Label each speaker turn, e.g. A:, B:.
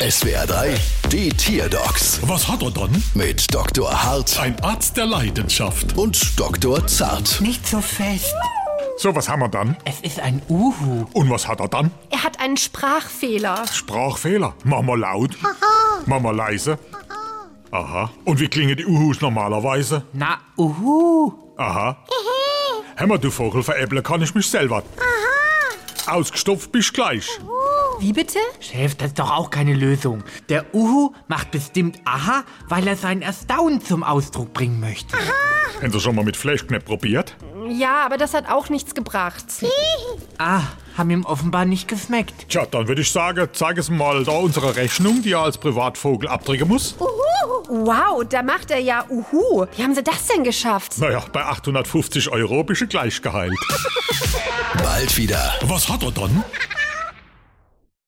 A: SWR 3, die Tierdocs
B: Was hat er dann?
A: mit Dr. Hart
B: Ein Arzt der Leidenschaft.
A: und Dr. Zart.
C: Nicht so fest.
B: So, was haben wir dann?
C: Es ist ein Uhu.
B: Und was hat er dann?
D: Er hat einen Sprachfehler.
B: Sprachfehler. Mama laut. Mama leise. Aha. Und wie klingen die Uhus normalerweise?
C: Na, Uhu.
B: Aha. Hämmer, du Vogel, veräpple kann ich mich selber. Ausgestopft bist gleich.
D: Wie bitte?
C: Chef, das ist doch auch keine Lösung. Der Uhu macht bestimmt Aha, weil er sein Erstaunen zum Ausdruck bringen möchte.
B: Haben Sie schon mal mit Flashknepp probiert?
D: Ja, aber das hat auch nichts gebracht.
C: Ah, haben ihm offenbar nicht geschmeckt.
B: Tja, dann würde ich sagen, zeig es mal da unsere Rechnung, die er als Privatvogel abdrücken muss.
D: Wow, da macht er ja Uhu. Wie haben sie das denn geschafft?
B: Naja, bei 850 Euro bist du gleich geheilt.
A: Bald wieder.
B: Was hat er dann?